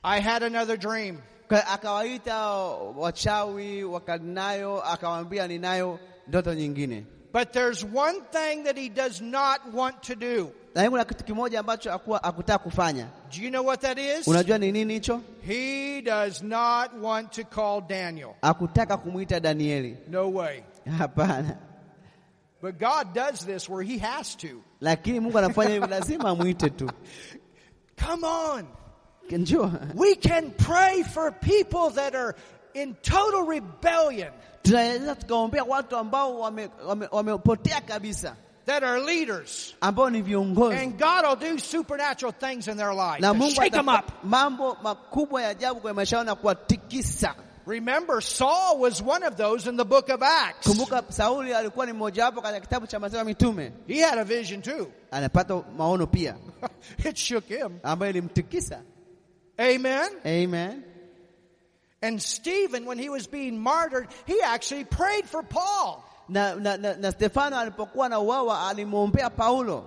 I had another dream.
Kwa- Akawaita wachawi Wakaldayo, akawaambia ninayo ndoto nyingine,
But there's one thing that he does not want to do.
lakini kuna kitu kimoja ambacho hakuwa- hakutaka kufanya.
Do you know what that is?
Unajua ni nini hicho?
He does not want to call Daniel.
Hakutaka kumwita Danieli.
No way.
Hapana,
But God does this where he has to.
lakini Mungu anafanya hivyo, lazima amwite tu.
Come on.
Njoo,
We can pray for people that are in total rebellion,
tunaweza tukaombea watu ambao wamepotea wame, wamepotea kabisa,
that are leaders,
ambao ni viongozi
and God will do supernatural things in their life.
na
to
Mungu
shake them
atafanya
up.
mambo makubwa ya ajabu kwenye maisha yao na kuwatikisa.
Remember, Saul was one of those in the book of Acts.
Kumbuka Sauli alikuwa ni mmojawapo katika kitabu cha Matendo ya Mitume,
He had a vision too. [LAUGHS]
anapata maono pia
it shook him.
ambayo ilimtikisa.
Amen.
Amen.
And Stephen, when he was being martyred, he actually prayed for Paul.
Na, na, na, na Stefano alipokuwa na uwawa alimwombea Paulo.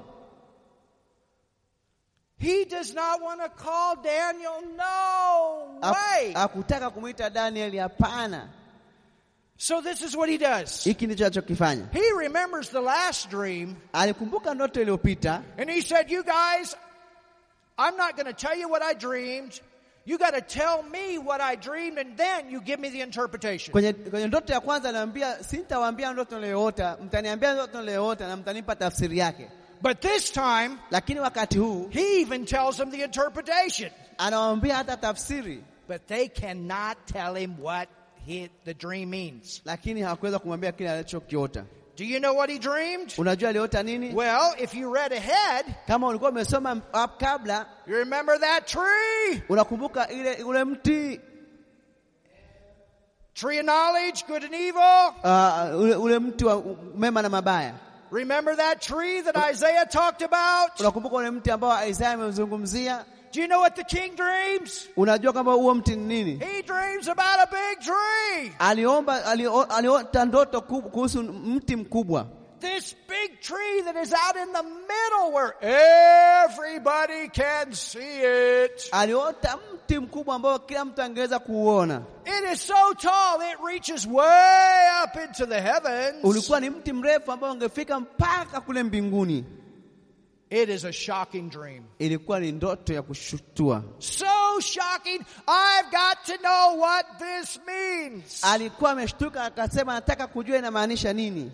He does not want to call Daniel. No
Uh,
way.
akutaka kumwita Danieli, hapana.
So this is what he does.
Hiki ndicho alichokifanya.
He remembers the last dream
Alikumbuka ndoto iliyopita,
and he said, You guys, I'm not going to tell you what I dreamed. You got to tell me what I dreamed and then you give me the interpretation.
kwenye, kwenye ndoto ya kwanza anaambia, sintawaambia ndoto niliyoota, mtaniambia ndoto niliyoota na mtanipa tafsiri yake.
But this time,
Lakini wakati huu
he even tells them the interpretation.
anawaambia hata tafsiri,
But they cannot tell him what he, the dream means.
lakini hakuweza kumwambia kile alichokiota.
Do you know what he dreamed?
Unajua aliota nini?
Well, if you read ahead,
Kama ulikuwa umesoma hap- kabla,
you remember that tree.
unakumbuka ile ule mti
Tree of knowledge, good and evil.
uh, ule, ule mti wa mema na mabaya.
Remember that tree that Isaiah talked about?
Unakumbuka ule mti ambao Isaya amezungumzia?
Do you know what the king dreams?
Unajua kwamba huo mti ni nini?
He dreams about a big tree.
aliomba alio- aliota ndoto kub- kuhusu mti mkubwa,
This big tree that is out in the middle where everybody can see it.
aliota mti mkubwa ambao kila mtu angeweza kuuona.
It is so tall it reaches way up into the heavens.
Ulikuwa ni mti mrefu ambao ungefika mpaka kule mbinguni.
It is a shocking dream.
Ilikuwa ni ndoto ya kushutua,
So shocking. I've got to know what this means.
alikuwa ameshtuka akasema, nataka kujua inamaanisha nini.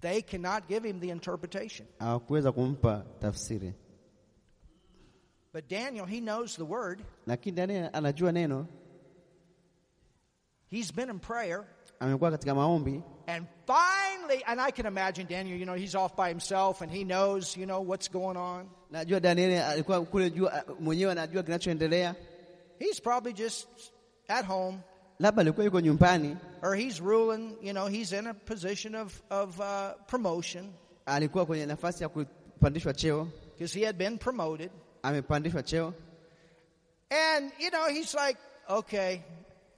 They cannot give him the interpretation.
Hawakuweza kumpa tafsiri,
But Daniel, he knows the word.
lakini Daniel anajua neno,
He's been in prayer.
amekuwa katika maombi
And finally, and I can imagine Daniel, you know, he's off by himself and he knows, you know, what's going on.
Najua Danieli alikuwa kule juu a- mwenyewe anajua kinachoendelea,
He's probably just at home
labda alikuwa yuko nyumbani,
or he's ruling, you know, he's in a position of, of uh, promotion
alikuwa kwenye nafasi ya kupandishwa cheo,
because he had been promoted.
amepandishwa cheo.
And, you know, he's like, okay,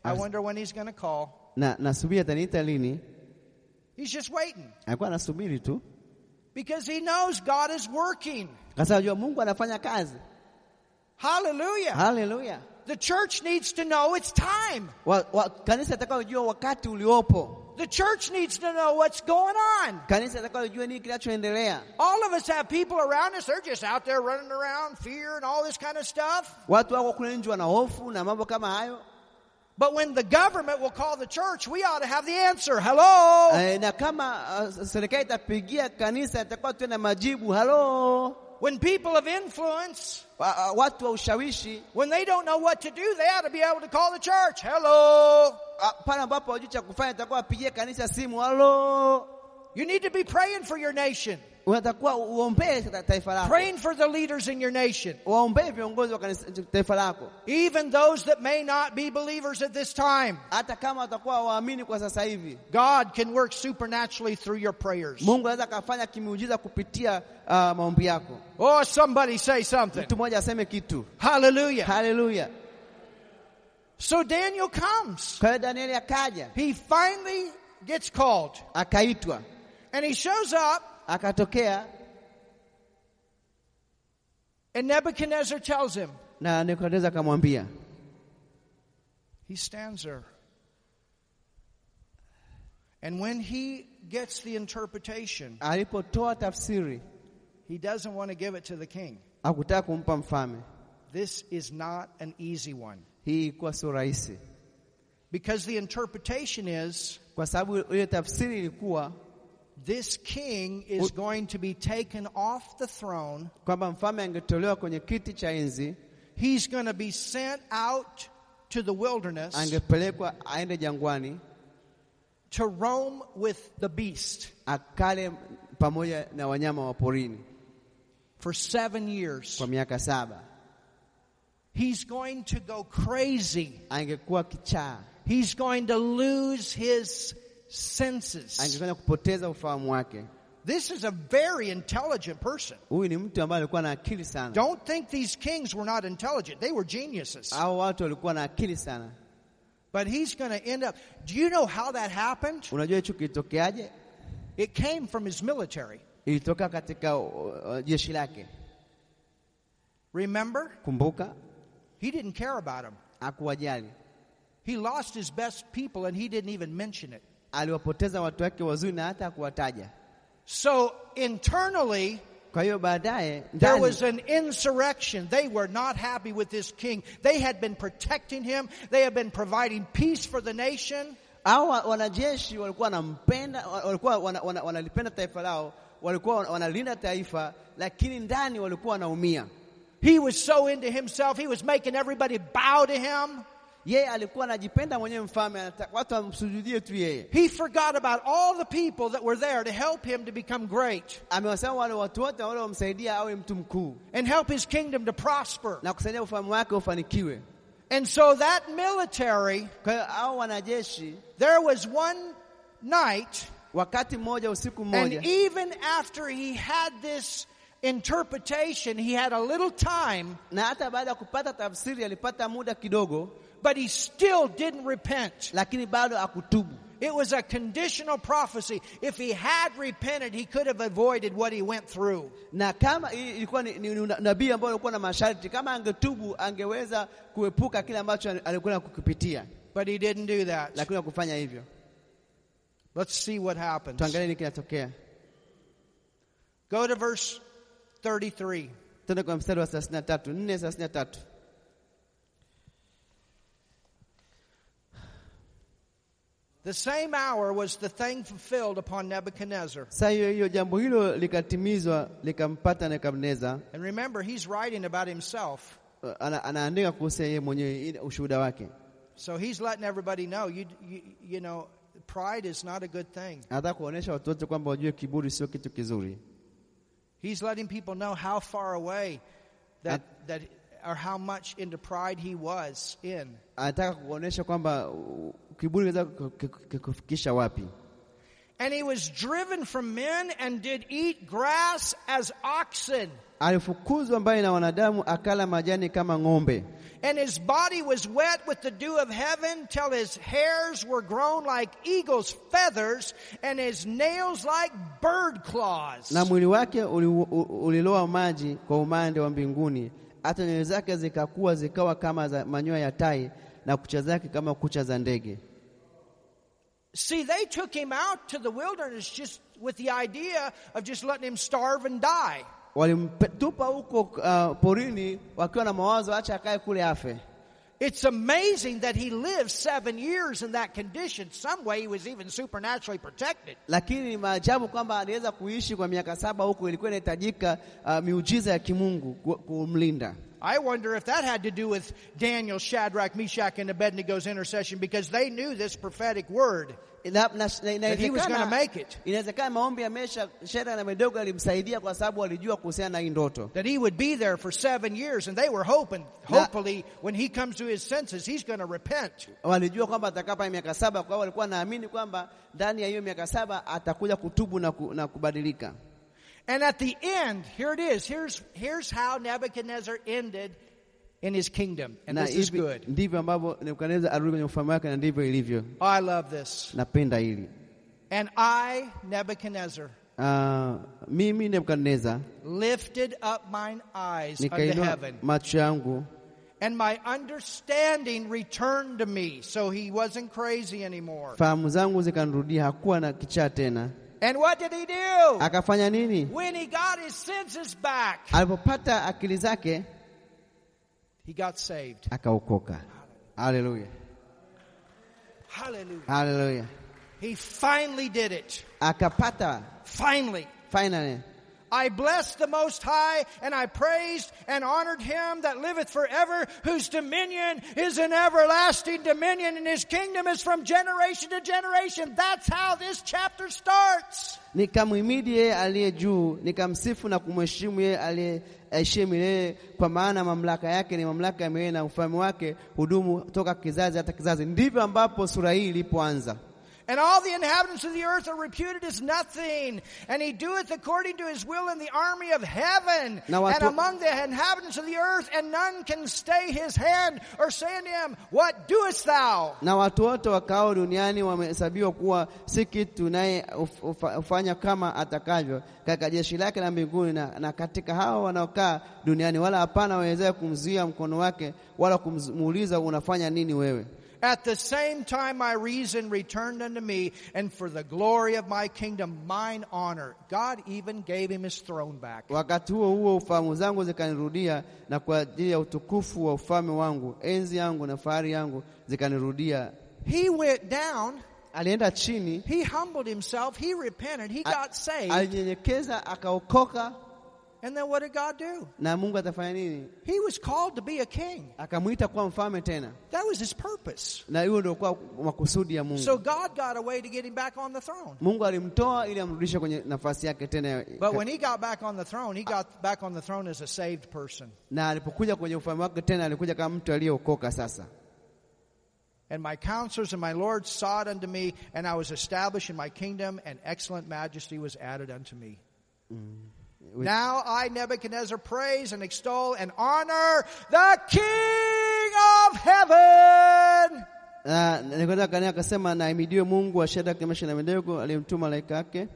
I wonder when he's going to call.
na nasubiri ataniita lini.
He's just waiting
Alikuwa anasubiri tu,
because he knows God is working.
kasa najua Mungu anafanya kazi.
Hallelujah.
Haleluya!
The church needs to know it's time.
Wa- wa- Kanisa atakayojua wakati uliopo,
The church needs to know what's going on.
kanisa atakayojua nini kinachoendelea.
All of us have people around us, they're just out there running around, fear and all this kind of stuff.
Watu wako kule nje wana hofu na mambo kama hayo
But when the government will call the church, we ought to have the answer. Hello?
Uh, Eh, e, na kama uh, serikali itapigia kanisa, itakuwa tuwe na majibu halo.
When people of influence,
Wa- wa- uh, watu wa ushawishi
when they don't know what to do, they ought to be able to call the church. Hello.
ah, pale ambapo hawajui cha kufanya, atakuwa apigie kanisa simu, halo,
You need to be praying for your nation,
unatakuwa uombee ta- taifa lako,
praying for the leaders in your nation,
waombee viongozi wa kanisa, taifa lako,
even those that may not be believers at this time.
hata kama watakuwa waamini kwa sasa hivi.
God can work supernaturally through your prayers.
Mungu anaweza akafanya kimuujiza kupitia uh, maombi yako.
Or Oh, somebody say something.
Mtu mmoja aseme kitu.
Hallelujah.
Haleluya!
So Daniel comes.
Kwa hiyo Danieli akaja
He finally gets called
akaitwa
and he shows up
akatokea,
and Nebuchadnezzar tells him,
na Nebukadneza akamwambia
He stands there. And when he gets the interpretation,
alipotoa tafsiri
he doesn't want to give it to the king.
hakutaka kumpa mfalme.
This is not an easy one
Hii ilikuwa sio rahisi,
because the interpretation is
kwa sababu ile tafsiri ilikuwa
this king is going to be taken off the throne.
kwamba mfalme angetolewa kwenye kiti cha enzi,
He's going to be sent out to the wilderness
angepelekwa aende jangwani
to roam with the beast
akale pamoja na wanyama wa porini
for seven years.
kwa miaka saba.
He's going to go crazy.
Angekuwa kichaa,
He's going to lose his senses.
angekwenda kupoteza ufahamu wake.
This is a very intelligent person.
Huyu ni mtu ambaye alikuwa na akili sana,
Don't think these kings were not intelligent. They were geniuses.
au watu walikuwa na akili sana.
But he's going to end up. Do you know how that happened?
Unajua hicho kilitokeaje?
It came from his military.
Ilitoka katika uh, jeshi lake.
Remember?
Kumbuka,
He didn't care about him.
hakuwajali,
He lost his best people and he didn't even mention it.
aliwapoteza watu wake wazuri na hata hakuwataja.
So internally,
Kwa hiyo baadaye
There
ndani
was an insurrection. They were not happy with this king. They had been protecting him. They had been providing peace for the nation.
hawa wanajeshi walikuwa wanampenda, wa- walikuwa wana- wana- wanalipenda taifa lao, walikuwa wana- wanalinda taifa, lakini ndani walikuwa wanaumia.
He was so into himself. He was making everybody bow to him.
Yeye alikuwa anajipenda mwenyewe mfalme, anataka watu wamsujudie tu yeye.
He forgot about all the people that were there to help him to become great
Amewasema wale watu wote wale wamsaidia awe mtu mkuu
and help his kingdom to prosper.
na kusaidia ufalme wake ufanikiwe.
And so that military,
Kwa hiyo hao wanajeshi,
there was one night,
wakati mmoja, usiku mmoja,
and even after he had this interpretation, he had a little time,
na hata baada ya kupata tafsiri alipata muda kidogo,
but he still didn't repent.
lakini bado hakutubu.
It was a conditional prophecy. If he had repented, he could have avoided what he went through.
na kama hii ilikuwa ni, ni, ni una- nabii ambao alikuwa na masharti. Kama angetubu angeweza kuepuka kile ambacho alikuwa kukipitia,
But he didn't do that.
lakini hakufanya hivyo.
Let's see what happens.
Tuangalie nini kinatokea.
Go to verse 33.
Tuende kwa mstari wa 33, 4 33.
The same hour was the thing fulfilled upon Nebuchadnezzar.
Saa hiyo hiyo jambo hilo likatimizwa likampata Nebukadneza.
And remember, he's writing about himself.
Uh, Ana, anaandika kuhusu yeye mwenyewe hii ni ushuhuda wake,
So he's letting everybody know, you, you, you know, pride is not a good thing.
anataka kuonesha watu wote kwamba wajue kiburi sio kitu kizuri.
He's letting people know how far away that, that or how much into pride he was in.
Anataka kuonesha kwamba uh, kiburi kinaweza kukufikisha wapi.
And he was driven from men and did eat grass as oxen.
Alifukuzwa mbali na wanadamu, akala majani kama ng'ombe,
And his body was wet with the dew of heaven till his hairs were grown like eagle's feathers and his nails like bird claws.
na mwili wake uli- u- uliloa maji kwa umande wa mbinguni, hata nywele zake zikakuwa zikawa kama za manyoya ya tai, na kucha zake kama kucha za ndege.
See, they took him out to the wilderness just with the idea of just letting him starve and die.
Walimtupa huko uh, porini wakiwa na mawazo, acha akae kule afe.
It's amazing that he lived seven years in that condition. Some way he was even supernaturally protected.
lakini ni maajabu kwamba aliweza kuishi kwa miaka saba huku, ilikuwa inahitajika uh, miujiza ya kimungu ku- kumlinda.
I wonder if that had to do with Daniel, Shadrach, Meshach, and Abednego's intercession because they knew this prophetic word.
Na- na- na-
That he was
inawezekana-
gonna make it.
Inawezekana maombi ya Mesha, Shera na Medogo yalimsaidia kwa sababu alijua kuhusiana na hii ndoto
That he would be there for seven years, and they were hoping, hopefully, when he comes to his senses, he's going to repent.
walijua kwamba atakaa pale miaka saba. Kwa hiyo walikuwa naamini kwamba ndani ya hiyo miaka saba atakuja kutubu na, ku, na kubadilika.
And at the end, here it is. Here's, here's how Nebuchadnezzar ended in his kingdom. And
na
this is
hivi
good.
ndivyo ambavyo Nebukadneza arudi kwenye ufalme wake, na ndivyo ilivyo.
Oh, I love this.
Napenda hili
And I, Nebuchadnezzar,
uh, mimi Nebukadneza
lifted up mine eyes unto
nikainua
heaven,
macho yangu
and my understanding returned to me. So he wasn't crazy anymore.
fahamu zangu zikanirudia, hakuwa na kichaa tena.
And what did he do?
Akafanya nini?
When he got his senses back,
Alipopata akili zake
he got saved.
akaokoka. Haleluya,
Hallelujah.
haleluya!
He finally did it.
Akapata
Finally.
finally.
I blessed the Most High, and I praised and honored Him that liveth forever, whose dominion is an everlasting dominion, and His kingdom is from generation to generation. That's how this chapter starts.
Nikamhimidi yeye aliye juu, nikamsifu na kumheshimu yeye aliyeishie milele, kwa maana mamlaka yake ni mamlaka ya milele na ufalme wake hudumu toka kizazi hata kizazi. Ndivyo ambapo sura hii ilipoanza.
And all the inhabitants of the earth are reputed as nothing, and He doeth according to His will in the army of heaven
Now, I
and
thought-
among the inhabitants of the earth, and none can stay His hand or say unto Him, What doest thou?
Na watu wote wakao duniani wamehesabiwa kuwa si kitu, naye uf- ufa- hufanya kama atakavyo katika jeshi lake la mbinguni na, na katika hao wanaokaa duniani, wala hapana awezaye kumzuia mkono wake wala kumuuliza unafanya nini wewe.
At the same time, my reason returned unto me, and for the glory of my kingdom, mine honor. God even gave him his throne back.
Wakati huo huo ufahamu zangu zikanirudia, na kwa ajili ya utukufu wa ufalme wangu, enzi yangu na fahari yangu zikanirudia.
He went down,
Alienda chini,
he humbled himself, he repented, he
a-
got saved.
alinyenyekeza, akaokoka.
And then what did God do?
Na Mungu atafanya nini?
He was called to be a king.
Akamwita kuwa mfalme tena,
That was his purpose.
na hiyo ndio kwa makusudi ya Mungu.
So God got a way to get him back on the throne.
Mungu alimtoa ili amrudishe kwenye nafasi yake tena, ya-
But when he got back on the throne, he got back on the throne as a saved person.
na alipokuja kwenye ufalme wake tena alikuja kama mtu aliyeokoka. Sasa
And my counselors and my Lord saw it unto me, and I was established in my kingdom, and excellent majesty was added unto me.
We-
Now I, Nebuchadnezzar, praise and extol and honor the King of heaven.
na na- nikaenda kanisa akasema, naimidiwe Mungu wa Shadraka, Meshaki na Abednego aliyemtuma malaika yake,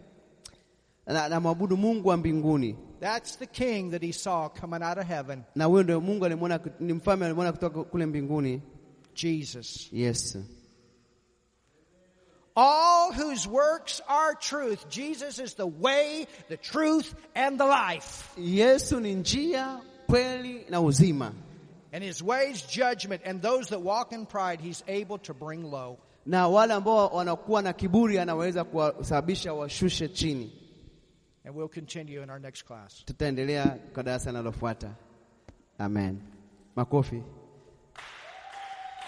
na na mwabudu Mungu wa mbinguni.
That's the king that he saw coming out of heaven,
Na huyo ndio Mungu alimwona, ni mfalme alimwona kutoka kule mbinguni,
Jesus.
Yesu.
All whose works are truth. Jesus is the way, the truth, and the life.
Yesu ni njia, kweli na uzima,
And his ways judgment, and those that walk in pride, he's able to bring low.
na wale ambao wanakuwa na kiburi anaweza kuwasababisha washushe chini.
And we'll continue in our next class.
Tutaendelea kwa darasa linalofuata. Amen. Makofi.